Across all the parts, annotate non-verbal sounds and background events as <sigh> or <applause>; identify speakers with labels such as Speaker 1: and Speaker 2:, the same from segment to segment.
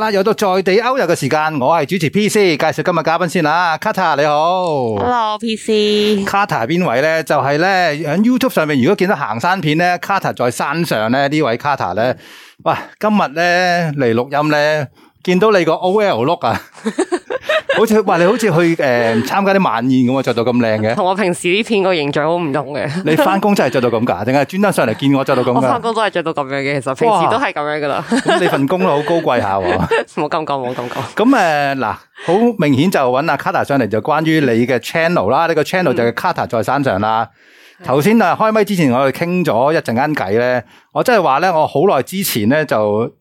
Speaker 1: 啦，又到在地歐遊嘅時間，我係主持 P C，介紹今日嘉賓先啦，Kata 你好。
Speaker 2: Hello PC，
Speaker 1: Kata 係邊位咧？就係咧喺 YouTube 上面，如果見到行山片咧，Kata 在山上咧，呢位 Kata 咧，哇！今日咧嚟錄音咧，見到你個 OL look
Speaker 2: <laughs>
Speaker 1: 啊，好似話你好似去誒參加啲晚宴咁啊，着到咁靚嘅。
Speaker 2: <laughs> 同我平時呢片個形象好唔同嘅。
Speaker 1: 你翻工真係着到咁㗎，定係專登上嚟見我着到咁
Speaker 2: 我翻
Speaker 1: 㗎？
Speaker 2: 工都係着到咁樣嘅，其實平時都係咁樣噶啦。 <laughs>
Speaker 1: 咁你份工都好高貴下喎。
Speaker 2: 冇咁講，冇咁講。
Speaker 1: 哦咁誒嗱，好明顯就揾阿 Kata 上嚟就關於你嘅 channel 啦，呢個 channel 就係 Kata 在山上啦。頭先啊開咪之前我哋傾咗一陣間偈咧，我真係話咧，我好耐之前咧就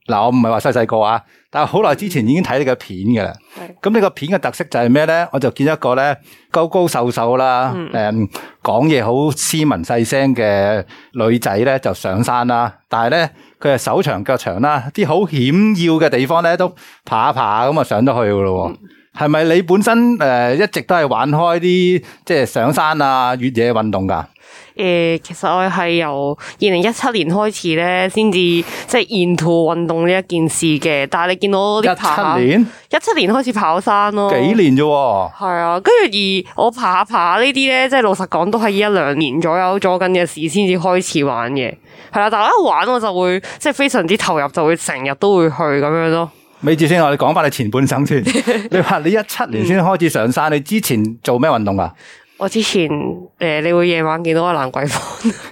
Speaker 1: 嗱，我唔係話細細個啊，但係好耐之前已經睇你嘅片嘅啦。咁呢個片嘅特色就係咩咧？我就見一個咧高高瘦瘦啦，誒講嘢好斯文細聲嘅女仔咧就上山啦，但係咧佢係手長腳長啦，啲好險要嘅地方咧都爬一爬咁啊上得去噶咯喎。係咪你本身誒、呃一直都係玩開啲即係上山啊越野運動㗎？
Speaker 2: 誒、其實我係由二零一七年開始咧，先至即係沿途運動呢一件事嘅。但係你見到啲爬，哦
Speaker 1: 一七年
Speaker 2: 一七年開始跑山咯，
Speaker 1: 幾年啫喎。
Speaker 2: 係啊，跟住而我爬下爬呢啲咧，即係老實講，都係一兩年左右左緊嘅事先至開始玩嘅。係啦、但係我一玩我就會即係非常之投入，就會成日都會去咁樣咯。
Speaker 1: 咪住先，我哋講翻你前半生先。你話你一七年先開始上山，你之前做咩運動啊？
Speaker 2: 我之前诶、呃你會夜晚見到我蘭桂坊， <laughs>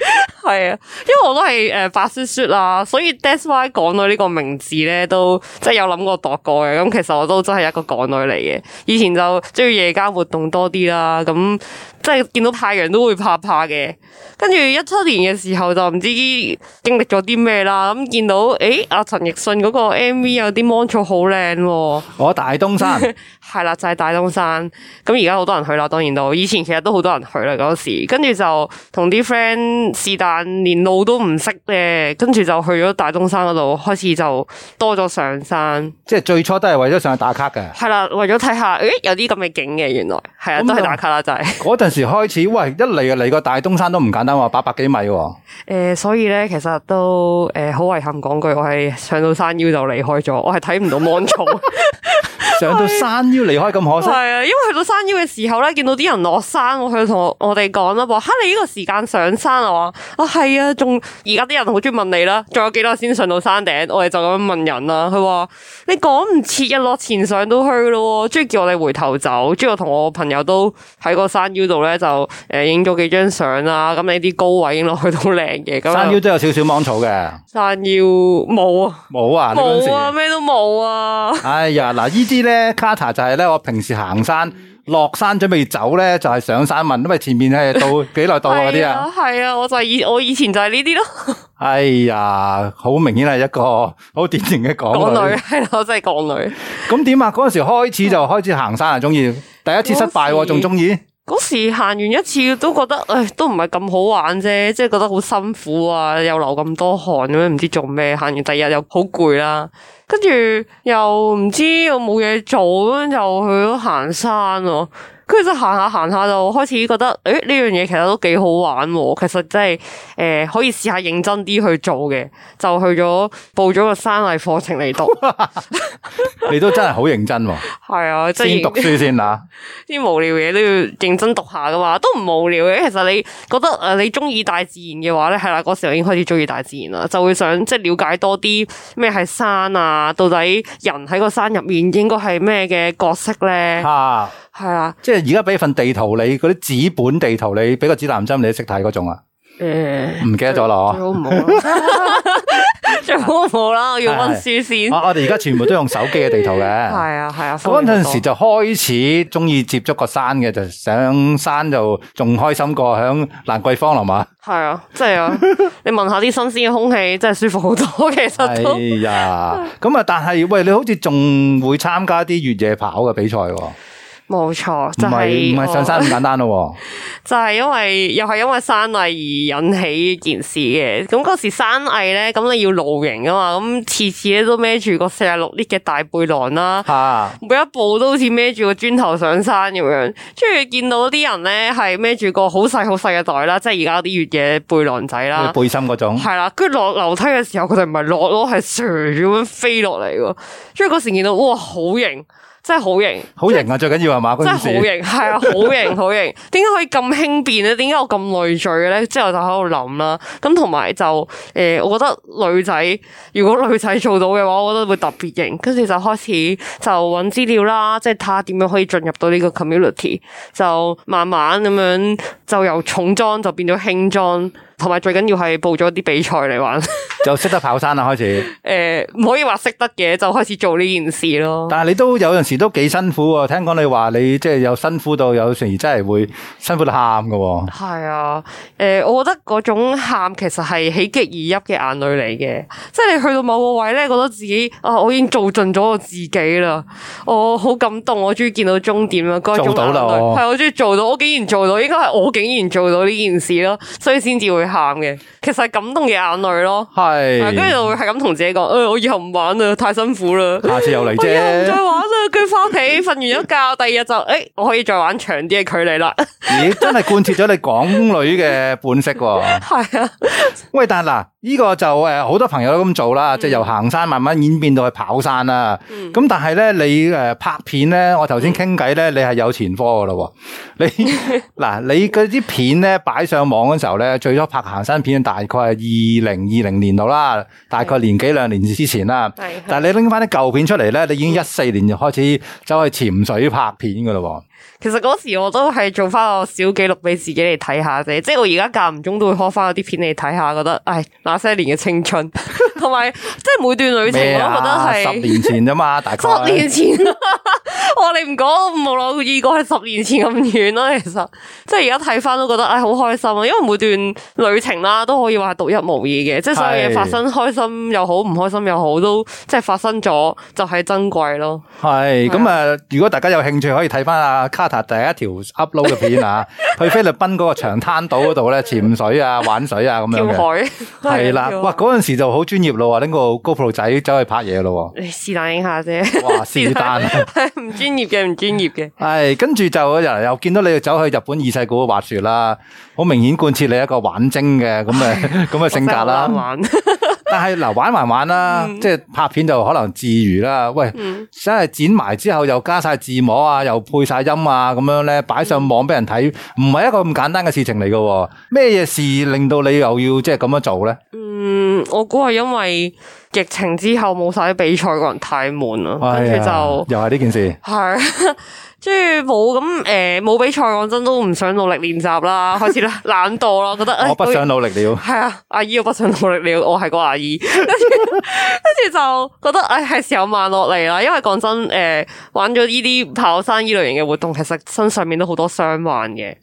Speaker 2: 係啊，因為我都係诶白雪雪啊，所以 that's why 港女呢個名字咧，都即係有諗過度過嘅。咁其實我都真係一個港女嚟嘅，以前就中意夜間活動多啲啦，咁即係見到太陽都會怕怕嘅。跟住一七年嘅時候就唔知經歷咗啲咩啦，咁見到诶阿陳奕迅嗰個 MV 有啲 mon 草好靚喎。
Speaker 1: 我大東山，
Speaker 2: 係啦，就係、大東山。咁而家好多人去啦，當然都。以前其實都好多人去啦嗰時，跟住就同啲 friend 是但連路都唔識嘅，跟住就去咗大東山嗰度，開始就多咗上山。
Speaker 1: 即係最初都係為咗上去打卡嘅。
Speaker 2: 係啦，為咗睇下，誒有啲咁嘅景嘅，原來係啊，
Speaker 1: 咁
Speaker 2: 都係
Speaker 1: 就
Speaker 2: 打卡啦，就係、
Speaker 1: 嗰陣時開始，喂，一嚟就嚟個大東山都唔簡單喎，八百幾米喎。
Speaker 2: 誒、所以咧，其實都誒好、遺憾講句，我係上到山腰就離開咗，我係睇唔到 mon 草。
Speaker 1: 上到山腰離開咁可
Speaker 2: 係
Speaker 1: 惜。
Speaker 2: 啊，因為去到山腰嘅時候咧，見到啲人落山，我佢同我我哋講啦，話吓你呢個時間上山啊，我話啊係啊，仲而家啲人好中意問你啦，仲有幾耐先上到山頂？我哋就咁樣問人啦。佢話你趕唔切，日落前上到去咯喎，中意叫我哋回頭走，中意我同我朋友都喺個山腰度咧就誒影咗幾張相啦。咁你啲高位影落去都靚嘅，咁
Speaker 1: 山腰
Speaker 2: 樣
Speaker 1: 都有少少芒草嘅，
Speaker 2: 山腰冇啊，
Speaker 1: 冇啊，你嗰陣
Speaker 2: 冇啊，
Speaker 1: 時。
Speaker 2: 咩都冇啊。
Speaker 1: 哎呀，嗱，呢啲咧卡 a 就係咧，我平時行山落山準備走咧，就係上山問，因為前面係到幾耐到啊嗰啲啊。，
Speaker 2: 係啊，我就係以我以前就係呢啲咯。
Speaker 1: 哎呀，好明顯係一個 <laughs> 好典型嘅港
Speaker 2: 港女 <laughs> 嗯
Speaker 1: 女。
Speaker 2: 係啦，我真係港女。
Speaker 1: 咁點啊？嗰陣時開始就開始行山啊，中意第一次失敗喎，
Speaker 2: 嗰時
Speaker 1: 仲中意。
Speaker 2: 嗰時行完一次都覺得，唉，都唔係咁好玩啫，即係覺得好辛苦啊，又流咁多汗咁樣，唔知做咩。行完第二日又好攰啦，跟住又唔知又冇嘢做，咁樣就去咗行山咯。跟住就行下行下就開始覺得，誒呢樣嘢其實都幾好玩喎。其實真係誒可以試下認真啲去做嘅，就去咗報咗個山藝課程嚟讀。
Speaker 1: 你都真係好認真喎，
Speaker 2: 係啊，即係
Speaker 1: 先讀書先啦。
Speaker 2: 啲無聊嘢都要認真讀下噶嘛，都唔無聊嘅。其實你覺得誒、呃你中意大自然嘅話咧，係啦，嗰時候已經開始中意大自然啦，就會想即係了解多啲咩係山啊，到底人喺個山入面應該係咩嘅角色
Speaker 1: <laughs>
Speaker 2: 咧？
Speaker 1: 吓，
Speaker 2: 係啊，
Speaker 1: 即係而家俾份地圖你，嗰啲紙本地圖你，俾個指南針你都識睇嗰種啊，
Speaker 2: 誒、嗯
Speaker 1: 唔記得咗啦哦
Speaker 2: 最
Speaker 1: 嗬。
Speaker 2: 好唔好啦，最好唔好啦，我要温書先。係
Speaker 1: 啊，我哋而家全部都用手機嘅地圖嘅。
Speaker 2: 啊， <laughs> 係啊，
Speaker 1: 嗰陣
Speaker 2: 方
Speaker 1: 時
Speaker 2: 便
Speaker 1: 就開始中意接觸個山嘅，就上山就仲開心過響蘭桂坊啦
Speaker 2: <laughs>
Speaker 1: 嘛。
Speaker 2: 好多係啊，即係啊，你聞下啲新鮮嘅空氣，真係舒服好多。其實都。
Speaker 1: 哎
Speaker 2: <laughs>
Speaker 1: 呀，咁啊，但係喂，你好似仲會參加啲越野跑嘅比賽喎？
Speaker 2: 冇錯，
Speaker 1: 唔
Speaker 2: 就
Speaker 1: 係唔
Speaker 2: 係哦
Speaker 1: 係上
Speaker 2: 我
Speaker 1: 山咁簡單
Speaker 2: <laughs>
Speaker 1: 咯
Speaker 2: 就係因為又係因為山藝而引起呢件事嘅。咁嗰時山藝咧，咁你要露營噶嘛，咁次次咧都孭住個四廿六 lit 嘅大背囊啦
Speaker 1: 喎，。吓
Speaker 2: 每一步都好似孭住個磚頭上山咁樣，跟住見到啲人咧係孭住個好細好細嘅袋啦，即係而家啲越野背囊仔啦，
Speaker 1: 背心嗰種，
Speaker 2: 係啦，跟住落樓梯嘅時候，佢哋唔係落咯，係斜住咁樣飛落嚟喎。跟住嗰時見到哇，好型，真係好型，
Speaker 1: 好型啊！最緊要係嘛嗰
Speaker 2: 真係
Speaker 1: 件
Speaker 2: 好
Speaker 1: 事，
Speaker 2: 型，係啊，好型，好型。點解可以咁輕便咧？點解我咁累赘嘅咧？之後就喺度諗啦。咁同埋就誒、我覺得女仔如果女仔做到嘅話，我覺得會特別型。跟住就開始就揾資料啦，即係睇下點樣可以進入到呢個 community，就慢慢咁樣就由重裝就變咗輕裝。同埋最緊要係報咗啲比賽嚟玩，誒、呃
Speaker 1: 就識得跑山啦開始。
Speaker 2: 唔可以話識得嘅，就開始做呢件事咯。
Speaker 1: 但係你都有陣時都幾辛苦喎，聽講你話你即係有辛苦到有時真係會辛苦到喊㗎喎。
Speaker 2: 係啊，诶、我覺得嗰種喊其實係喜極而泣嘅眼淚嚟嘅，即係你去到某個位咧，覺得自己啊，我已經做盡咗我自己啦，我好感動，我終於見到終點啦，嗰種
Speaker 1: 做到啦哦
Speaker 2: 眼淚
Speaker 1: 我
Speaker 2: 係啊我終於做到，我竟然做到，應該係我竟然做到呢件事咯，所以先至會喊嘅，其實係感動嘅眼淚咯，啊
Speaker 1: 係
Speaker 2: 跟住就會係咁同自己講，诶、我以後唔玩啦，太辛苦啦。
Speaker 1: 下次又嚟
Speaker 2: 我以後唔再
Speaker 1: 啫。
Speaker 2: 玩啦，跟住翻屋企瞓完一覺，第二日就诶、我可以再玩長啲嘅距離啦。 <laughs>
Speaker 1: 咦，真係貫徹咗你港女嘅本色喎。
Speaker 2: 係啊，
Speaker 1: 喂，但嗱，呢、個就诶好多朋友都咁做
Speaker 2: 嗯
Speaker 1: 啦，即係由行山慢慢演變到去跑山啦。咁、但係咧，你诶拍片咧，我頭先傾偈咧，你係有前科噶咯
Speaker 2: <laughs>
Speaker 1: 喎。你嗱，你嗰啲片咧擺上網嗰時候咧，最初拍行山片大概係二零二零年度啦，大概年幾兩年之前啦。
Speaker 2: 係係
Speaker 1: 但係你拎翻啲舊片出嚟咧，你已經
Speaker 2: 嗯
Speaker 1: 一四年就開始走去潛水拍片噶咯
Speaker 2: 其實嗰時我都係做翻個小記錄俾自己嚟睇下啫，即係我而家間唔中都會開翻嗰啲片嚟睇下，覺得唉那些年嘅青春，
Speaker 1: <laughs>
Speaker 2: 同埋即係每段旅
Speaker 1: 喎。
Speaker 2: 程
Speaker 1: 咩
Speaker 2: 我都覺得
Speaker 1: 啊？
Speaker 2: 係
Speaker 1: 十啊年前啫嘛，大概。
Speaker 2: <laughs> 十年前，我哋唔講，我冇留意過係十年前咁遠啦。其實即係而家睇翻都覺得唉好開心啊，因為每段旅程啦都可以話係獨一無二嘅，即係所有
Speaker 1: 係
Speaker 2: 嘢發生開心又好，唔開心又好，都即係發生咗就係珍貴咯。
Speaker 1: 系咁啊！如果大家有興趣，可以睇翻阿卡塔第一條 upload 嘅片 <laughs> 啊，去菲律賓嗰個長灘島嗰度咧潛水啊、玩水啊咁
Speaker 2: 跳
Speaker 1: 樣嘅。
Speaker 2: 海
Speaker 1: 係
Speaker 2: <laughs>
Speaker 1: 啦，哇！嗰陣時就好專業咯喎，拎個 GoPro 仔走去拍嘢咯
Speaker 2: 你是但影下啫。
Speaker 1: 喎，哇！ <laughs> 是但啊。
Speaker 2: 係 <laughs> 唔專業嘅，唔專業嘅。
Speaker 1: 係跟住就有人又見到你走去日本二世古滑雪啦，好明顯貫徹你一個玩精嘅咁 <laughs> 嘅咁嘅性格啦。
Speaker 2: 玩 <laughs>
Speaker 1: 但係嗱，玩還玩啦，
Speaker 2: 嗯
Speaker 1: 即係拍片就可能自娛啦。喂，真係剪埋之後又加晒字幕啊，又配晒音啊，咁樣咧擺
Speaker 2: 嗯
Speaker 1: 上網俾人睇，唔係一個咁簡單嘅事情嚟嘅喎。咩嘢事令到你又要即係咁樣做咧？
Speaker 2: 嗯，我估係因為疫情之後冇晒啲比賽，個人太悶啦，跟
Speaker 1: 哎呀
Speaker 2: 住就
Speaker 1: 又係呢件事。
Speaker 2: 係。 <laughs> 即係冇咁誒冇比賽，講真都唔想努力練習啦，開始啦懶惰啦，
Speaker 1: <laughs>
Speaker 2: 覺得哎
Speaker 1: 我不想
Speaker 2: 係
Speaker 1: 努力了，
Speaker 2: 啊，阿姨我不想努力了，我係個阿 <laughs> 姨，跟住跟住就覺得誒係時候慢落嚟啦，因為講真誒、玩咗呢啲跑山呢類型嘅活動，其實身上面都好多傷患嘅，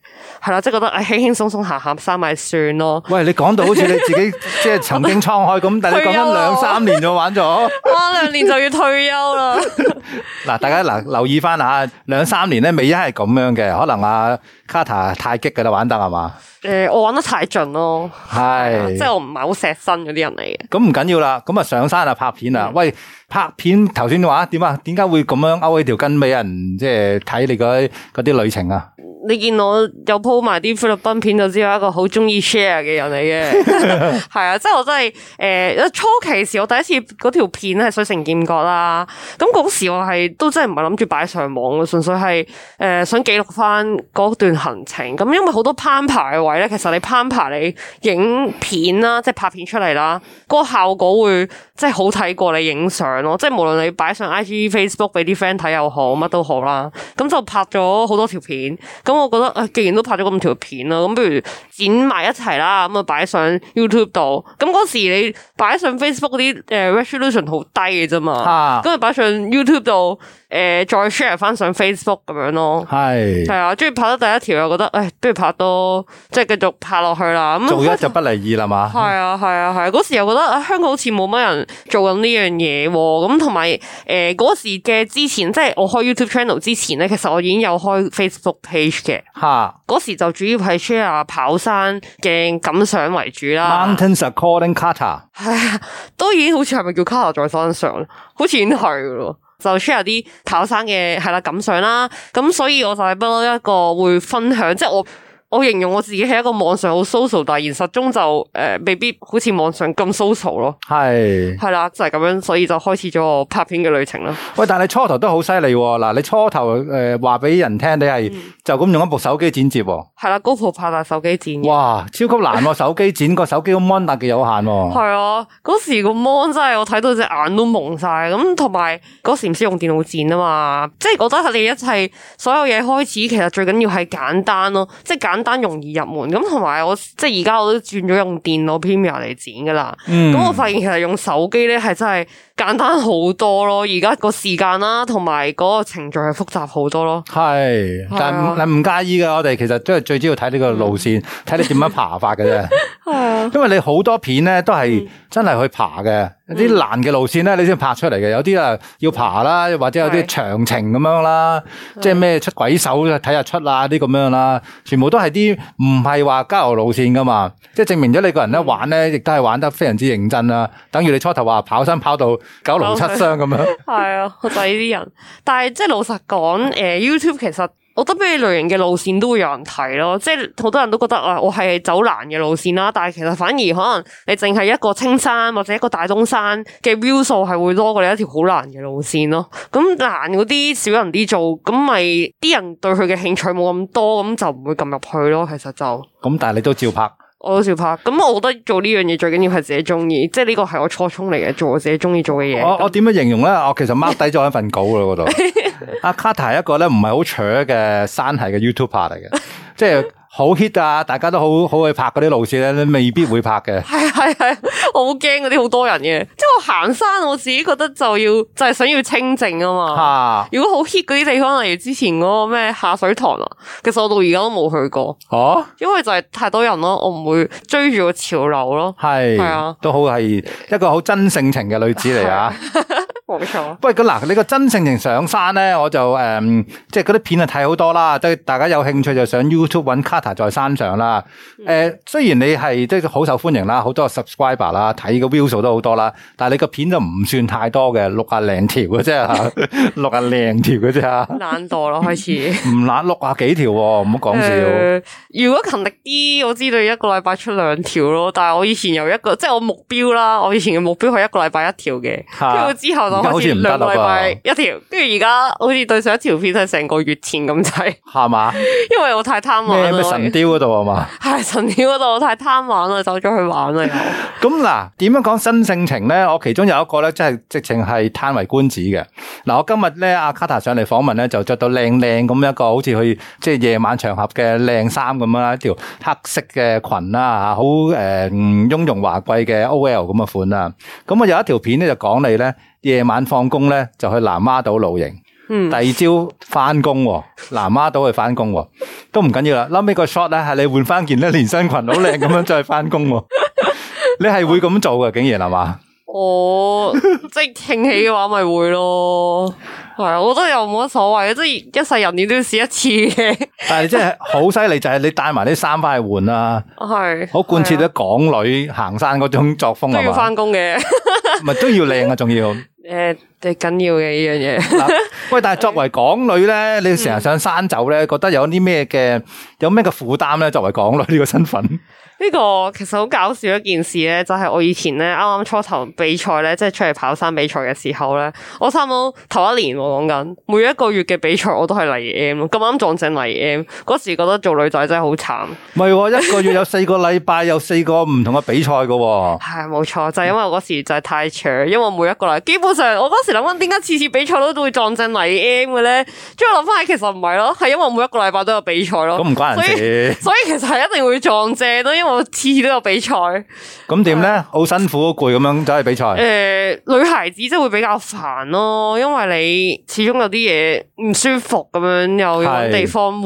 Speaker 2: 係啦，即係覺得誒輕輕鬆鬆行下山咪算咯。
Speaker 1: 喂，你講到好似你自己 <laughs> 即係曾經滄海咁，但係你講
Speaker 2: 退休
Speaker 1: 緊
Speaker 2: 啦
Speaker 1: 兩三年就玩咗。
Speaker 2: 哇，兩年就要退休 <laughs> 啦，
Speaker 1: 嗱，大家嗱留意翻啊，兩三年咧未一係咁樣嘅，可能啊卡塔太激㗎啦，玩得係嘛？
Speaker 2: 诶、我玩得太盡咯，
Speaker 1: 係。
Speaker 2: 即係我唔係好錫身嗰啲人嚟嘅。
Speaker 1: 咁唔緊要啦，咁啊上山啊拍片
Speaker 2: 嗯
Speaker 1: 啊，喂拍片頭先話點啊？點解會咁樣勾起條筋俾人即係睇你嗰嗰啲旅程啊？
Speaker 2: 你見我有 po 埋啲菲律賓片就知我係一個好中意 share 嘅人嚟嘅，係啊，即係我真係诶、誒初期時我第一次嗰條片係水城劍角啦，咁嗰時我係都真係唔係諗住擺上網嘅，純粹係诶、誒想記錄翻嗰段行程。咁因為好多攀爬嘅位咧，其實你攀爬你影片啦，即係拍片出嚟啦，嗰、個效果會即係好睇過你影相咯。即係無論你擺上 IG、Facebook 俾啲 friend 睇又好，乜都好啦。咁就拍咗好多條片。咁我覺得啊既然都拍咗咁條片啦，咁不如剪埋一齊啦，咁啊擺上 YouTube 度。咁嗰時你擺上 Facebook 嗰啲诶 resolution 好低嘅啫嘛，
Speaker 1: 啊，
Speaker 2: 咁啊擺上 YouTube 度诶、呃再 share 翻上 Facebook 咁樣咯。
Speaker 1: 系
Speaker 2: 係啊，中意拍得第一條又覺得，诶，不如拍多，即係繼續拍落去啦。咁
Speaker 1: 做一就不離二啦嘛
Speaker 2: 系。啊，系啊，系啊！嗰時又覺得啊，香港好似冇乜人做緊呢樣嘢喎。咁同埋诶嗰時嘅之前，即係我開 YouTube channel 之前咧，其實我已經有開 Facebook page 嘅。
Speaker 1: 吓
Speaker 2: 嗰時就主要係 share 跑山嘅感想為主啦，
Speaker 1: ，Mountains According Carter
Speaker 2: 都已經好似係咪叫卡 a 在山上？好似已經係噶咯。就 share 啲跑山嘅係啦感想啦，咁所以我就係不嬲一個會分享，即係我我形容我自己係一個網上好 social，但係現實中就誒、呃未必好似網上咁 social 咯。
Speaker 1: 係。
Speaker 2: 系啦，就係咁樣，所以就開始咗我拍片嘅旅程啦。
Speaker 1: 喂，但係你初頭都好犀利喎。嗱，你初頭诶话俾人聽，你係
Speaker 2: 嗯
Speaker 1: 就咁用一部手機剪接喎。
Speaker 2: 係啦，高普拍大手機展嘅，
Speaker 1: 哇，超級難喎！手機剪個手機個 mon 特嘅有限
Speaker 2: 係
Speaker 1: 喎。
Speaker 2: 啊，嗰時個 mon 真係我睇到隻眼都蒙晒，咁同埋嗰時唔識用電腦剪啊嘛，即係覺得你一切所有嘢開始，其實最緊要係簡單咯，即係簡單容易入門。咁同埋我即係而家我都轉咗用電腦 Premiere 嚟剪噶啦，
Speaker 1: 嗯
Speaker 2: 咁、我發現其實用手機咧係真係簡單好多咯，而家個時間啦，同埋嗰個程序係複雜好多咯。
Speaker 1: 係，但
Speaker 2: 係啊
Speaker 1: 唔但唔介意嘅，我哋其實都係最主要睇呢個路線，睇你點樣爬法嘅
Speaker 2: <laughs>
Speaker 1: 啫。
Speaker 2: 係啊，嗯
Speaker 1: 因為你好多片咧都係真係去爬嘅，有啲難嘅路線咧你先拍出嚟嘅，有啲啊要爬啦，或者有啲
Speaker 2: 係
Speaker 1: 長程咁樣啦，即係咩出鬼手啊睇日出啦啲咁樣啦，全部都係啲唔係話交流路線噶嘛，即係證明咗你個
Speaker 2: 嗯
Speaker 1: 人咧玩咧亦都係玩得非常之認真啦。等於你初頭話跑山跑到九龍七傷咁樣，
Speaker 2: 系啊，我就係呢啲人。但係即係老實講，诶、YouTube 其實我覺得咩類型嘅路線都會有人睇咯。即係好多人都覺得啊，我係走難嘅路線啦。但係其實反而可能你淨係一個青山或者一個大東山嘅 view 數係會多過你一條好難嘅路線咯。咁難嗰啲少人啲做，咁咪啲人對佢嘅興趣冇咁多，咁就唔會撳入去咯。其實就。
Speaker 1: 咁但係你都照拍。
Speaker 2: 我都少拍，咁我覺得做呢樣嘢最緊要係自己中意，即係呢個係我初衷嚟嘅，做我自己中意做嘅嘢。
Speaker 1: 我我點樣形容咧？我其實 mark 低咗一份稿啦嗰
Speaker 2: <laughs>
Speaker 1: 度。阿 Carter 係一個咧唔係好扯嘅山系嘅 YouTuber 嚟嘅， <laughs> 即係好 hit 啊！大家都好好去拍嗰啲路線咧，你未必會拍嘅。
Speaker 2: 系系系，我好驚嗰啲好多人嘅，即係我行山，我自己覺得就要就係想要清靜啊嘛。
Speaker 1: 吓，
Speaker 2: 如果好 hit 嗰啲地方，例如之前嗰個咩下水塘啊，其實我到而家都冇去過，
Speaker 1: 哦，
Speaker 2: 因為就係太多人咯，我唔會追住個潮流咯。係
Speaker 1: 係
Speaker 2: 啊，
Speaker 1: 都好係一個好真性情嘅女子嚟啊！
Speaker 2: 冇錯，
Speaker 1: 喂，咁嗱，你個真性情上山咧，我就诶、嗯即係嗰啲片啊睇好多啦，即係大家有興趣就上 YouTube 揾 Carter 在山上啦。诶、雖然你係即係好受歡迎啦，好多 subscriber 啦，睇個 view 數都好多啦，但係你個片就唔算太多嘅，六啊零條嘅啫 <laughs> 嚇，六啊零條嘅啫嚇
Speaker 2: 懶惰咯，開始。
Speaker 1: 唔揦六啊幾條喎，唔好講笑。
Speaker 2: 誒呃如果勤力啲，我知道一個禮拜出兩條咯。但係我以前有一個，即係我目標啦。我以前嘅目標係一個禮拜一條嘅，
Speaker 1: 嚇
Speaker 2: 跟住之後就
Speaker 1: 而家好
Speaker 2: 開
Speaker 1: 似
Speaker 2: 始
Speaker 1: 唔得啦
Speaker 2: 兩個禮拜
Speaker 1: 噃
Speaker 2: 一條，跟住而家好似對上一條片係成個月前咁滯， <laughs>
Speaker 1: 係嘛？
Speaker 2: 因為我太貪
Speaker 1: 咩
Speaker 2: 玩
Speaker 1: 咩
Speaker 2: 啦。
Speaker 1: 神雕嗰度啊嘛？
Speaker 2: 係神雕嗰度，我太貪玩啦，走咗去玩啦又。
Speaker 1: 咁嗱，點樣講新性情咧？我其中有一個咧，即係直情係嘆為觀止嘅。嗱，我今日咧阿卡塔上嚟訪問咧，就着到靚靚咁一個，好似去即係夜晚場合嘅靚衫咁樣啦，一條黑色嘅裙啦嚇，好誒嗯雍容華貴嘅 OL 咁嘅款啦。咁我有一條片咧就講你咧夜晚放工咧就去南丫島露營。
Speaker 2: 嗯
Speaker 1: 第二朝翻工喎，南丫島去翻工喎，都唔緊要啦。後尾個 shot 咧係你換翻件咧連身裙，好靚咁樣再翻工喎。你係會咁做嘅，竟然係
Speaker 2: <laughs>
Speaker 1: 嘛？ <laughs>
Speaker 2: 我即係興起嘅話，咪會咯。係啊，我覺得又冇乜所謂，即係一世人你都要試一次嘅。
Speaker 1: 但係真係好犀利，就係你帶埋啲衫翻去換啦，
Speaker 2: 係，
Speaker 1: 好貫徹
Speaker 2: 係啊
Speaker 1: 咗港女行山嗰種作風
Speaker 2: 都要
Speaker 1: 係嘛？
Speaker 2: 翻工嘅。
Speaker 1: 咪都要靚啊，仲
Speaker 2: <laughs>
Speaker 1: 要
Speaker 2: 诶，呃最緊要嘅呢樣嘢。 <laughs>
Speaker 1: 嗱喂！但係作為港女咧，你成日上山走咧，覺得有啲咩嘅有咩嘅負擔咧？作為港女呢個身份，
Speaker 2: <laughs> 呢個其實好搞笑一件事咧，就係我以前咧啱啱初頭比賽咧，即係出嚟跑山比賽嘅時候咧，我差唔多頭一年我講緊，每一個月嘅比賽我都係嚟 M 咯，咁啱撞正嚟 M，嗰時覺得做女仔真係好慘，
Speaker 1: 唔係喎，一個月有四個禮拜，有四個唔同嘅比賽嘅喎。
Speaker 2: 係冇錯，就係因為我嗰時就係太扯，因為每一個禮基本上我嗰時諗緊點解次次比賽都都會撞正泥 M 嘅咧？之後諗翻起其實唔係咯，係因為我每一個禮拜都有比賽咯。
Speaker 1: 咁唔關人事。
Speaker 2: 所以其實係一定會撞正咯，因為我次次都有比賽。
Speaker 1: 咁點咧？好辛苦好攰咁樣走去比賽。
Speaker 2: 诶、呃女孩子即係會比較煩咯，因為你始終有啲嘢唔舒服咁樣，又要揾
Speaker 1: 係
Speaker 2: 地方換。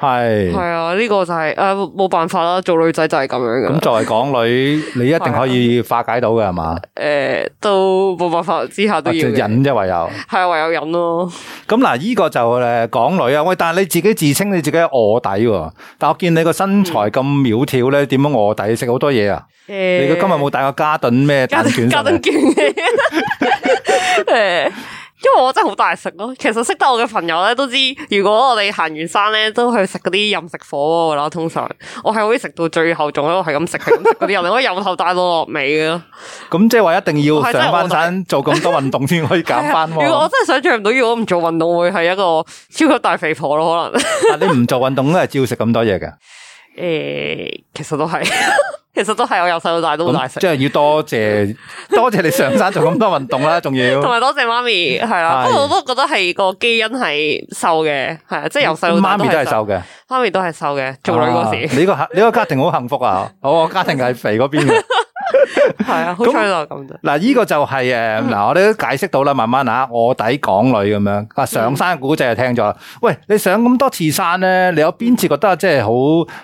Speaker 2: 係
Speaker 1: 係
Speaker 2: 啊，呢、個就係诶冇辦法啦，做女仔就係咁樣
Speaker 1: 咁
Speaker 2: 噶。
Speaker 1: 作為港女，你一定可以化解到嘅係嘛？
Speaker 2: 诶、都冇辦法之下都
Speaker 1: 或者
Speaker 2: 要嘅，
Speaker 1: 忍啫唯有。
Speaker 2: 係啊，唯有忍咯。
Speaker 1: 咁嗱，依個就诶港女啊，喂，但係你自己自稱你自己係卧底喎，但我見你個身材咁苗條
Speaker 2: 嗯
Speaker 1: 咧，點樣卧底食好多嘢啊？你
Speaker 2: 诶、
Speaker 1: 個今日冇帶個加頓咩
Speaker 2: <laughs> 加
Speaker 1: 蛋卷
Speaker 2: 加
Speaker 1: 上嚟
Speaker 2: 顿？卷嘅。 <laughs> 诶，因為我真係好大食咯，其實識得我嘅朋友咧都知，如果我哋行完山咧，都去食嗰啲任食火鍋噶啦。通常我係可以食到最後，仲喺度係咁食係咁食嗰啲人，我由頭帶到落尾 <laughs> 嘅咯。
Speaker 1: 咁即係話一定
Speaker 2: 我
Speaker 1: 要
Speaker 2: 係真係
Speaker 1: 上
Speaker 2: 卧
Speaker 1: 翻
Speaker 2: 底 <laughs>
Speaker 1: 山做咁多運動先可以減翻
Speaker 2: 如果我
Speaker 1: 喎。
Speaker 2: 真係想象唔到，如果我唔做運動，會係一個超級大肥婆咯，可能。
Speaker 1: 但你唔做運動都係照食咁多嘢嘅。
Speaker 2: 诶、其實都係， <laughs> 其實都係我由細到大都好大
Speaker 1: 咁
Speaker 2: 食，
Speaker 1: 即係要多
Speaker 2: <laughs>
Speaker 1: 謝多謝你上山做咁多運動啦，仲要。
Speaker 2: 同埋多謝媽咪，係啦。
Speaker 1: 係
Speaker 2: 不過我都覺得係個基因係瘦嘅，係啊，即係由細到大
Speaker 1: 媽咪都係
Speaker 2: 係，
Speaker 1: 瘦嘅，
Speaker 2: 媽咪都係瘦嘅，做女嗰時
Speaker 1: 啊你個你個家庭好幸福啊！我個家庭係肥嗰邊嘅。
Speaker 2: <laughs> 係啊，好
Speaker 1: 咁
Speaker 2: 彩就係咁啫。
Speaker 1: 嗱，呢個就係诶，嗱，我哋都解釋到啦，慢慢啊，卧底港女咁樣啊，上山嘅古仔就聽咗啦。喂，你上咁多次山咧，你有邊次覺得即係好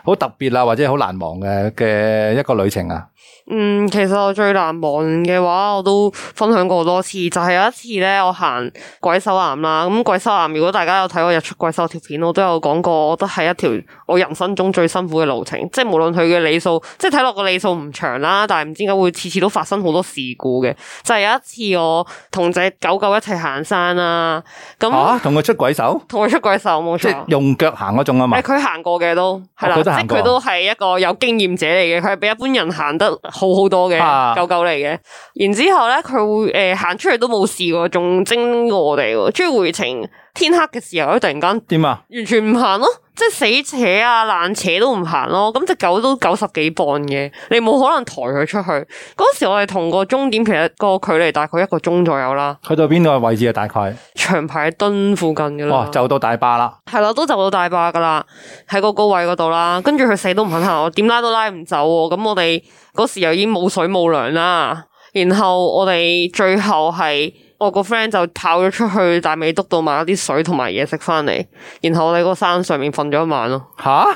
Speaker 1: 好特別啊，或者好難忘嘅嘅一個旅程啊？
Speaker 2: 嗯，其實我最難忘嘅話，我都分享過好多次，就係、有一次咧，我行鬼手岩啦。咁鬼手岩，如果大家有睇我日出鬼手條片，我都有講過，我覺得係一條我人生中最辛苦嘅路程。即係無論佢嘅里數，即係睇落個里數唔長啦，但係唔知點解會次次都發生好多事故嘅。就係、有一次我同只狗狗一齊行山啦，咁
Speaker 1: 啊，同佢出鬼手，
Speaker 2: 同佢出鬼手冇
Speaker 1: 即
Speaker 2: 錯
Speaker 1: 係。用腳行嗰種啊嘛
Speaker 2: 誒，。佢行過嘅都係
Speaker 1: 哦佢
Speaker 2: 啦，即
Speaker 1: 都行
Speaker 2: 係
Speaker 1: 過
Speaker 2: 佢都係一個有經驗者嚟嘅，佢係比一般人行得好好多嘅
Speaker 1: 啊
Speaker 2: 狗狗嚟嘅。然之後咧，佢會誒行出嚟都冇事喎，仲精過我哋喎。跟住回程天黑嘅時候咧，突然間
Speaker 1: 點啊？
Speaker 2: 完全唔行咯，即係死扯啊爛扯都唔行咯。咁只狗都九十幾磅嘅，你冇可能抬佢出去。嗰時我哋同個終點其實個距離大概一個鐘左右啦，
Speaker 1: 去到邊個位置啊？大概
Speaker 2: 長排墩附近嘅啦。
Speaker 1: 哇，就到大巴啦。
Speaker 2: 係啦，都就到大坝噶啦，喺個高位嗰度啦，跟住佢死都唔肯行，我點拉都拉唔走喎。咁我哋嗰時又已經冇水冇糧啦，然後我哋最後係我個 friend 就跑咗出去大美督度買咗啲水同埋嘢食翻嚟，然後我哋嗰個山上面瞓咗一晚咯。
Speaker 1: 吓，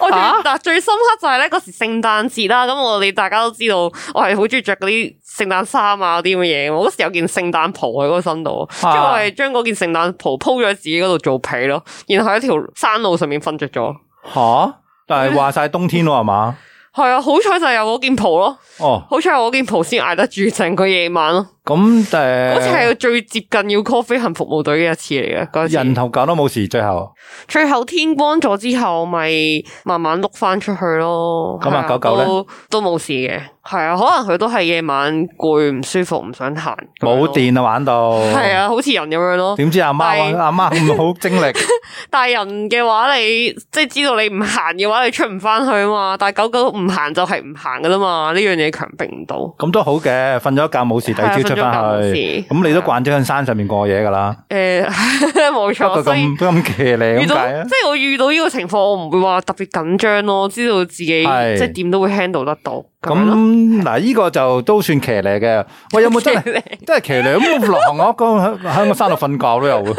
Speaker 2: 我最
Speaker 1: 啊
Speaker 2: 嗱、最深刻就係咧嗰時聖誕節啦，咁我哋大家都知道，我係好中意着嗰啲聖誕衫啊嗰啲咁嘅嘢，我嗰時有件聖誕袍喺嗰個身度，跟住、我係將嗰件聖誕袍鋪咗喺自己嗰度做被咯，然後喺條山路上面瞓着咗。
Speaker 1: 吓，但係話晒冬天喎係嘛？
Speaker 2: 係啊，好彩就係有嗰件袍咯，
Speaker 1: 哦，
Speaker 2: 好彩我嗰件袍先捱得住成個夜晚咯，
Speaker 1: 咁诶，
Speaker 2: 好似係最接近要 call 飛行服務隊嘅一次嚟嘅嗰次。
Speaker 1: 人頭狗都冇事，最後
Speaker 2: 最後天光咗之後，咪慢慢碌翻出去咯。
Speaker 1: 咁啊
Speaker 2: 係
Speaker 1: 狗狗呢
Speaker 2: 都都冇事嘅，係啊，可能佢都係夜晚攰、唔舒服、唔想行。
Speaker 1: 冇
Speaker 2: 電，
Speaker 1: 電啊，玩到
Speaker 2: 係。啊，好似人咁樣咯。
Speaker 1: 點知阿媽
Speaker 2: 但係
Speaker 1: 阿媽咁好精
Speaker 2: <laughs>
Speaker 1: 力，
Speaker 2: 但係人嘅話，你即係知道你唔行嘅話，你出唔翻去啊嘛。但係狗狗唔行就係唔行噶啦嘛，呢樣嘢強迫唔到。
Speaker 1: 咁都好嘅，瞓咗一覺冇事，第二朝出翻去
Speaker 2: 係啊瞓咗覺冇，事
Speaker 1: 咁你都慣咗喺山上面過夜噶啦，
Speaker 2: 诶、 <laughs> 冇
Speaker 1: 不
Speaker 2: 錯，
Speaker 1: 過
Speaker 2: 所以
Speaker 1: 咁咁騎呢
Speaker 2: 遇
Speaker 1: 咁
Speaker 2: 到
Speaker 1: 解啊
Speaker 2: 即。係我遇到呢個情況，我唔會話特別緊張咯，知道自己即
Speaker 1: 係
Speaker 2: 係點都會 handle 得到。咁樣咯
Speaker 1: 咁嗱，呢個就都算騎呢嘅。喂，有冇
Speaker 2: <laughs>
Speaker 1: 真
Speaker 2: 騎
Speaker 1: 係
Speaker 2: 呢
Speaker 1: 真係騎呢？咁狼我咁喺喺個山度瞓覺都有
Speaker 2: <laughs>
Speaker 1: 喎，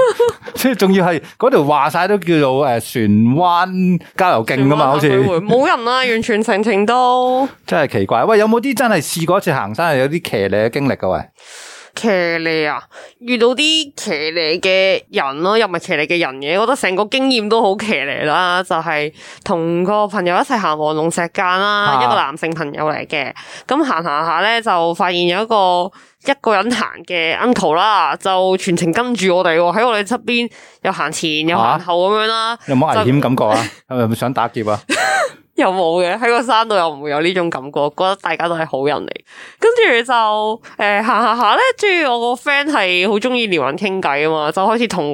Speaker 1: 即係仲要係嗰條話晒都叫做誒船灣郊遊徑噶嘛，好似
Speaker 2: 會冇人啦、完全程程都
Speaker 1: 真係奇怪。喂，有冇啲真係試過一次行山係有啲騎呢嘅經歷嘅？喂，
Speaker 2: 騎呢啊！遇到啲騎呢嘅人咯，又唔係騎呢嘅人嘅，我覺得成個經驗都好騎呢啦。就係、同個朋友一齊行黃龍石澗啦，
Speaker 1: 啊
Speaker 2: 一個男性朋友嚟嘅。咁行行下咧，就發現有一個一個人行嘅 uncle 啦，就全程跟住我哋喎，喺我哋側邊
Speaker 1: 啊
Speaker 2: 又行前又行後咁樣啦。
Speaker 1: 有冇危
Speaker 2: 就 <laughs>
Speaker 1: 險感覺啊？係咪想打劫啊？
Speaker 2: 又冇嘅，喺個山度又唔會有呢種感覺，覺得大家都係好人嚟。跟住就诶行行下咧，跟住我個 friend 係好中意撩人傾偈啊嘛，就開始同嗰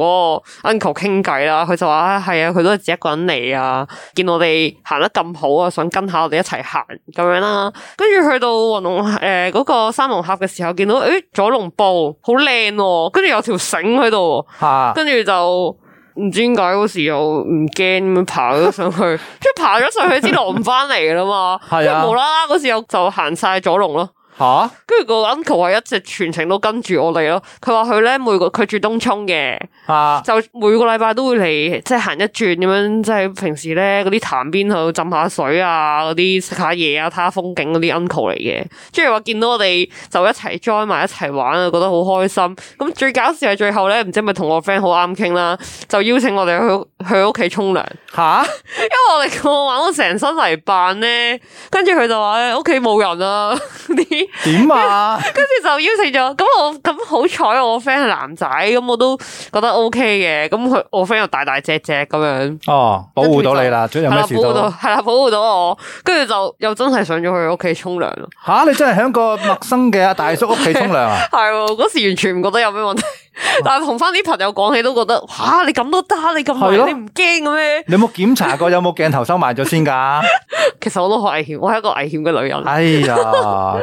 Speaker 2: 個 uncle 傾偈啦。佢就話啊係啊，佢都係自己一個人嚟啊，見我哋行得咁好啊，想跟下我哋一齊行咁樣啦。跟住去到雲龍诶嗰個三龍峽嘅時候，見到诶左龍布好靚喎，跟住有條繩喺度喎。
Speaker 1: 吓，
Speaker 2: 跟住就唔知點解嗰時又唔驚咁樣爬咗上去， <laughs> 即係爬咗上去知道我唔翻嚟噶啦嘛，
Speaker 1: 係啊
Speaker 2: 跟住無啦啦嗰時又就行晒左龍咯。
Speaker 1: 吓，
Speaker 2: 跟住個 uncle 係一直全程都跟住我哋咯，佢話佢咧每個佢住東涌嘅，
Speaker 1: 吓，
Speaker 2: 就每個禮拜都會嚟，即係行一轉咁樣，即係平時咧嗰啲潭邊度浸下水啊，嗰啲食下嘢啊，睇下風景嗰啲 uncle 嚟嘅。即係話見到我哋就一齊 join 埋一齊玩啊，覺得好開心。咁最搞笑係最後咧，唔知係咪同我 friend 好啱傾啦，就邀請我哋去去屋企沖涼。
Speaker 1: 吓，
Speaker 2: 因為我哋個玩到成身泥扮咧，跟住佢就話咧屋企冇人啊 <laughs> 嗰啲。
Speaker 1: 点啊？
Speaker 2: 跟住就邀請咗，咁我咁好彩，我 friend 係男仔，咁我都覺得 O K 嘅。咁佢我 friend 又大大隻隻咁樣，
Speaker 1: 哦，保护到你啦，總之有
Speaker 2: 係
Speaker 1: 咩
Speaker 2: 啦，
Speaker 1: 事啊
Speaker 2: 保護到
Speaker 1: 都
Speaker 2: 係啦，保護到我。跟住就又真係上咗去屋企沖涼咯。
Speaker 1: 吓，你真係喺個陌生嘅大叔屋企沖涼啊？
Speaker 2: 係喎，嗰時完全唔覺得有咩問題，但係同翻啲朋友講起都覺得，哇！你咁都得，你咁
Speaker 1: 係
Speaker 2: 迷，
Speaker 1: 咯
Speaker 2: 你唔驚嘅咩？
Speaker 1: 你有冇檢查過有冇鏡頭收埋咗先㗎？
Speaker 2: 其實我都好危險，我係一個危險嘅女人，
Speaker 1: 哎呀，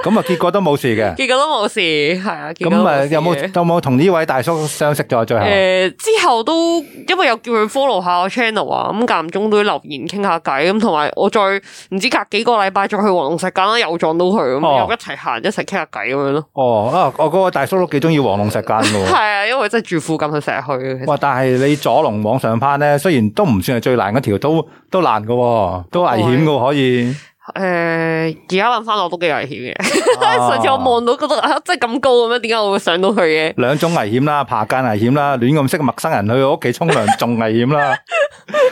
Speaker 1: 咁啊結果都冇事嘅。
Speaker 2: 結果都冇事，係啊，結果
Speaker 1: 咁
Speaker 2: 都
Speaker 1: 啊
Speaker 2: 事
Speaker 1: 有冇
Speaker 2: 嘅
Speaker 1: 有冇同呢位大叔相識咗最後？
Speaker 2: 诶、之後都因為有叫佢 follow 下我 channel 啊，咁間唔中都留言傾下偈，咁同埋我再唔知隔幾個禮拜再去黃龍石間啦，又撞到佢咁，
Speaker 1: 哦
Speaker 2: 又一齊行一齊傾下偈咁樣咯。
Speaker 1: 哦，啊，我嗰個大叔都幾中意黃龍石間嘅
Speaker 2: 係 <laughs>
Speaker 1: 喎。
Speaker 2: 啊，因為真係住附近，佢成日去嘅。
Speaker 1: 哇！但係你左龍往上攀咧，雖然都唔算係最難嗰條，都都難嘅喎，都危險嘅喎可以。
Speaker 2: 诶，而家諗翻我都幾危險嘅。
Speaker 1: <laughs> 啊
Speaker 2: 上次我望到覺得啊，真係咁高咁樣，點解我會上到去嘅？
Speaker 1: 兩種危險啦，爬間危險啦，亂咁識陌生人去屋企沖涼仲危險
Speaker 2: <laughs>
Speaker 1: 啦。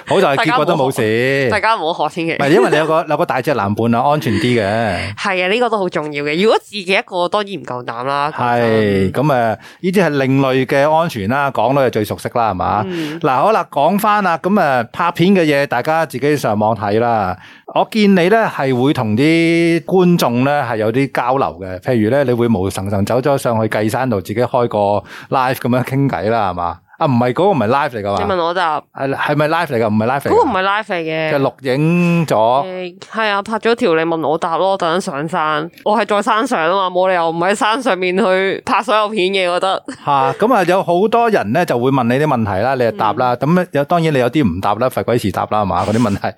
Speaker 1: 好在結果都冇事，
Speaker 2: 大家唔好學
Speaker 1: <laughs>
Speaker 2: 先
Speaker 1: 唔係
Speaker 2: 嘅。
Speaker 1: 因為你有個有個大隻男伴啊，安全啲嘅。
Speaker 2: 係啊，呢、個都好重要嘅。如果自己一個當然唔夠膽啦。啊講真
Speaker 1: 係咁誒，呢啲係另類嘅安全啦，港女係最熟悉啦，係嘛？
Speaker 2: 嗯
Speaker 1: 嗱、好啦，講翻啦，咁誒拍片嘅嘢，大家自己上網睇啦。我見你咧係會同啲觀眾咧係有啲交流嘅，譬如咧你會無神神走咗上去計山度自己開個 live 咁樣傾偈啦，係嘛？啊，唔係嗰個唔係 live 嚟㗎
Speaker 2: 你
Speaker 1: 嘛？
Speaker 2: 問我答，
Speaker 1: 係係咪 live 嚟㗎？唔係 live 嚟㗎。
Speaker 2: 嗰個唔係 live 嚟嘅。
Speaker 1: 就錄影咗。
Speaker 2: 诶，系啊，拍咗條你問我答咯，等緊上山，我係在山上啊嘛，冇理由唔喺山上面去拍所有片嘅，我
Speaker 1: <laughs>
Speaker 2: 覺得
Speaker 1: 吓咁啊，有好多人咧就會問你啲問題啦，你就答
Speaker 2: 嗯
Speaker 1: 啦。咁咧有當然你有啲唔答啦，廢鬼事答啦，係
Speaker 2: <laughs>
Speaker 1: 嘛嗰啲問題。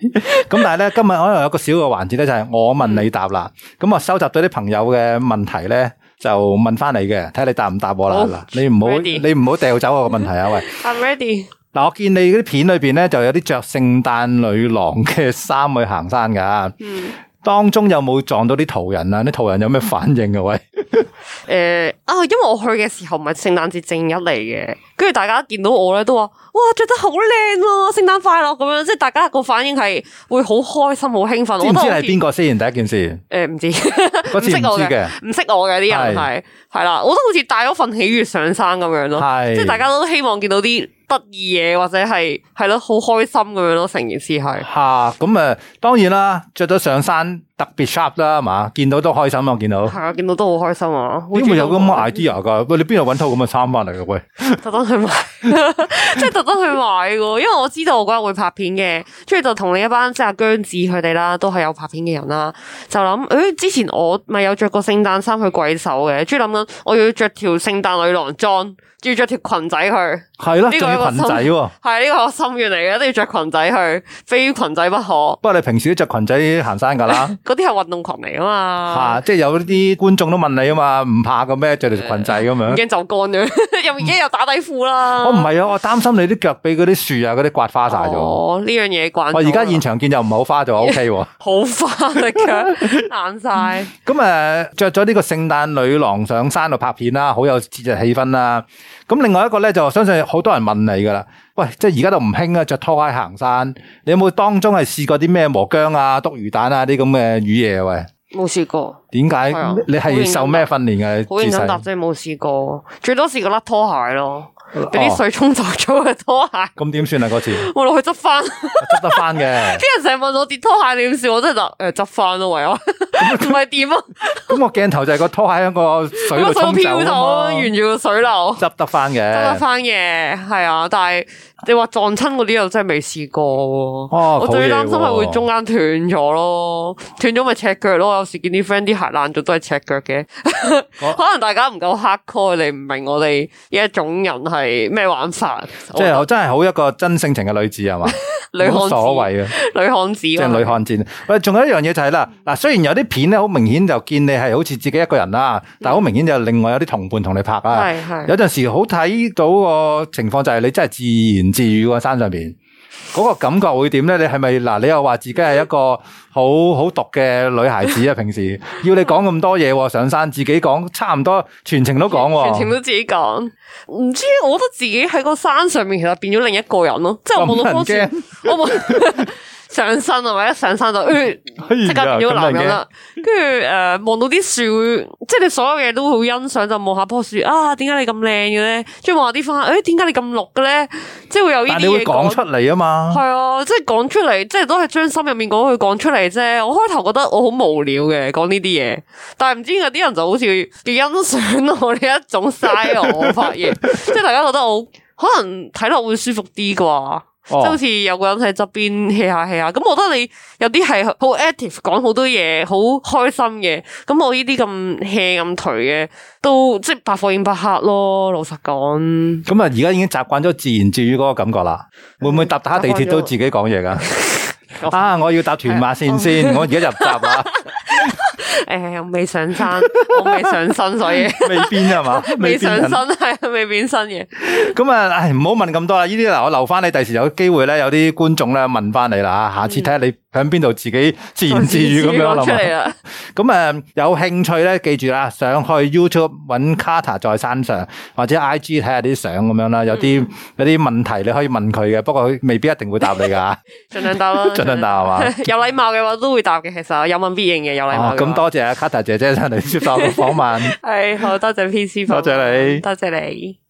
Speaker 1: 咁但係咧今日可能有個小嘅環節咧，就係我問你答啦。咁我收集到啲朋友嘅問題咧，就問翻你嘅，睇下你答唔答我
Speaker 2: 好
Speaker 1: 啦。嗱，你唔好
Speaker 2: ready
Speaker 1: 你唔好掉走我個問題啊，
Speaker 2: <laughs>
Speaker 1: 喂！
Speaker 2: ，I'm ready。
Speaker 1: 嗱，我見你嗰啲片裏边咧，就有啲着聖誕女郎嘅衫去行山噶。
Speaker 2: 嗯，
Speaker 1: 當中有冇撞到啲途人啊？啲途人有咩反應嘅喂？
Speaker 2: 诶、啊，因為我去嘅時候唔係聖誕節正日嚟嘅，跟住大家見到我咧都話，哇，着得好靚咯，聖誕快樂咁樣，即係大家個反應係會好開心、好興奮。
Speaker 1: 知
Speaker 2: <laughs>
Speaker 1: 唔
Speaker 2: 我覺
Speaker 1: 知
Speaker 2: 得我
Speaker 1: 係邊個先？第一件
Speaker 2: <laughs>
Speaker 1: 事。
Speaker 2: 诶，唔知
Speaker 1: 嗰
Speaker 2: 唔
Speaker 1: 次唔
Speaker 2: 識我
Speaker 1: 知
Speaker 2: 嘅
Speaker 1: 嘅，
Speaker 2: 唔識我嘅啲人係係啦，我都好似帶咗份喜悅上山咁樣咯，
Speaker 1: 係
Speaker 2: 即係大家都希望見到啲得意嘢或者係係咯好開心咁樣咯，成件事係
Speaker 1: <laughs> 吓咁啊，當然啦，着咗上山特別 sharp 啦，係嘛，見到都開心啊，我見到。
Speaker 2: 係啊，見到都好開心啊！好
Speaker 1: 點會有
Speaker 2: 中
Speaker 1: 咁
Speaker 2: 意
Speaker 1: 嘅 idea 㗎？喂，你邊度揾套咁嘅衫翻嚟㗎？喂，
Speaker 2: <laughs> 特登去買， <laughs> 即係特登去買嘅，因為我知道我嗰日會拍片嘅，跟住就同另一班即係阿姜志佢哋啦，都係有拍片嘅人啦，就諗誒、之前我咪有着過聖誕衫去鬼手嘅，跟住諗緊我要着條聖誕女郎裝，要着條裙仔去。
Speaker 1: 係啦，
Speaker 2: 呢個
Speaker 1: 仲要裙仔
Speaker 2: 一
Speaker 1: 喎。
Speaker 2: 系呢個我心願嚟嘅，一定要着裙仔去，非裙仔不可。
Speaker 1: 不過你平時都着裙仔行山㗎
Speaker 2: <laughs>
Speaker 1: 啦，
Speaker 2: 嗰啲係運動裙嚟啊嘛，
Speaker 1: 吓，即係有啲觀眾都問你啊嘛，唔怕嘅咩？着條裙
Speaker 2: <laughs>
Speaker 1: 仔咁
Speaker 2: 已
Speaker 1: 樣。
Speaker 2: 經走乾咗， <laughs> 又已經又打底褲啦。
Speaker 1: 嗯
Speaker 2: 哦
Speaker 1: 我唔係啊，我擔心你啲腳俾嗰啲樹啊嗰啲刮花晒咗。我
Speaker 2: 哦，呢樣嘢慣咗啦。
Speaker 1: 而家現場見就唔係好花咗，OK 喎。
Speaker 2: 好花
Speaker 1: <laughs>
Speaker 2: 隻腳爛晒，
Speaker 1: 咁誒着咗呢個聖誕女郎上山度拍片啦，好有節日氣氛啦。咁另外一個咧就相信好多人問你噶啦，喂，即係而家都唔興啊，着拖鞋行山，你有冇當中係試過啲咩磨姜啊、篤魚蛋啊啲咁嘅魚嘢啊？喂，
Speaker 2: 冇試過。
Speaker 1: 點解
Speaker 2: 係啊
Speaker 1: 你
Speaker 2: 好認
Speaker 1: 係
Speaker 2: 真
Speaker 1: 受咩訓練嘅？
Speaker 2: 好認
Speaker 1: 自
Speaker 2: 真答，
Speaker 1: 細哦
Speaker 2: 真係冇試過，最多試過甩拖鞋咯。俾啲水沖走咗嘅拖鞋，
Speaker 1: 咁點算啊？嗰次
Speaker 2: 我落去
Speaker 1: <laughs>
Speaker 2: 執翻。
Speaker 1: 執得
Speaker 2: <laughs>
Speaker 1: 翻嘅，
Speaker 2: 啲人成日問我跌拖鞋點算，我真係就诶執翻咯，唯有唔係點啊？
Speaker 1: 咁個鏡頭就係個拖鞋喺個水
Speaker 2: 個
Speaker 1: 度
Speaker 2: 水
Speaker 1: 沖走
Speaker 2: 漂
Speaker 1: 啊
Speaker 2: 到，
Speaker 1: 嘛，
Speaker 2: 沿住個水流。
Speaker 1: 執得翻
Speaker 2: 得得
Speaker 1: 嘅。
Speaker 2: 翻嘅，係啊，但係你話撞親嗰啲又真係未試過喎。
Speaker 1: 哦
Speaker 2: 我最擔心係會
Speaker 1: 好嘢喎
Speaker 2: 中間斷咗咯，斷咗咪赤腳咯。有時見啲 friend 啲鞋爛咗都係赤腳嘅， <laughs> 可能大家唔夠 hard core，你唔明我哋呢一種人係咩玩法。
Speaker 1: 即係我真係好一個真性情嘅女子係嘛，
Speaker 2: <laughs> 女
Speaker 1: 冇
Speaker 2: 漢子，
Speaker 1: 所謂啊。
Speaker 2: 女漢子，即
Speaker 1: 即係女漢戰。喂，仲有一樣嘢就係啦，嗱，雖然有啲片咧好明顯就見你係好似自己一個人啦，但係好明顯就另外有啲同伴同你拍啊。
Speaker 2: 係係
Speaker 1: 有陣時好睇到個情況就係你真係自言自語喎山上
Speaker 2: <laughs>
Speaker 1: 邊。嗰個感覺會點咧？你係咪嗱？你又話自己係一個好好毒嘅女孩子啊！平
Speaker 2: <laughs>
Speaker 1: 時要你講咁多嘢喎，上山自己講差唔多全程都講
Speaker 2: 全程
Speaker 1: 喎。
Speaker 2: 都自己講。唔知，我覺得自己喺個山上面，其實變咗另一個人咯。即係我望到棵
Speaker 1: 咁
Speaker 2: 樹
Speaker 1: 得人驚，
Speaker 2: 我望 <laughs> 上身啊，或者上山就，呃
Speaker 1: 哎 <laughs> 呀
Speaker 2: 即刻變咗個男人
Speaker 1: 咁得人
Speaker 2: 啦。跟住誒，望到啲樹，即係你所有嘢都好欣賞，就望下棵樹啊，點解你咁靚嘅咧？跟住望下啲花，誒點解你咁綠嘅咧？即係會有呢
Speaker 1: 但你
Speaker 2: 啲嘢
Speaker 1: 會講
Speaker 2: 講
Speaker 1: 出嚟啊嘛
Speaker 2: 系。啊，即系讲出嚟，即系都系将心入面讲佢讲出嚟啫。我开头觉得我好无聊嘅讲呢啲嘢，但系唔知有啲人就好似幾欣赏我呢一种 style。我发现，即系大家觉得我可能睇落会舒服啲啩。
Speaker 1: 哦
Speaker 2: 即係好似有個人喺側邊 hea 下 hea 下，咁我覺得你有啲係好 active 講好多嘢，好開心嘅。咁我呢啲咁 hea 咁頹嘅，都即係百貨應百客咯。老實講。
Speaker 1: 咁啊，而家已經習慣咗自言自語嗰個感覺啦。會唔會搭搭下地鐵都自己講嘢噶？
Speaker 2: <laughs>
Speaker 1: 啊，我要搭屯馬線先，我而家入閘啊啦，
Speaker 2: 诶、我未上
Speaker 1: <laughs>
Speaker 2: 山， <laughs> 我未上身，所以
Speaker 1: 未變係嘛？
Speaker 2: 未上
Speaker 1: 變人
Speaker 2: 身系未變身嘅。
Speaker 1: 咁啊，唉，唔好問咁多啦。呢啲嗱，我留翻你第時有機會咧，有啲觀眾咧問翻你啦。
Speaker 2: 嗯
Speaker 1: 下次睇下你響邊度自己自言自語咁樣
Speaker 2: 講出嚟
Speaker 1: 啦。
Speaker 2: 啦，
Speaker 1: 咁啊，有興趣咧，記住啦，上去 YouTube 揾 Carter 在山上，或者 IG 睇下啲相咁樣啦。有
Speaker 2: 嗯
Speaker 1: 啲有啲問題你可以問佢嘅，不過佢未必一定會答你噶。
Speaker 2: 盡量答啦，
Speaker 1: <laughs> 盡量答係嘛
Speaker 2: <laughs> 有禮貌嘅話都會答嘅，其實有問必應嘅，有禮貌
Speaker 1: 哦
Speaker 2: 嘅話。
Speaker 1: 咁多
Speaker 2: <laughs>
Speaker 1: 謝阿 Carter 姐姐上嚟接受我嘅訪問。
Speaker 2: 係好多謝 P C，
Speaker 1: 多謝你
Speaker 2: 多謝你。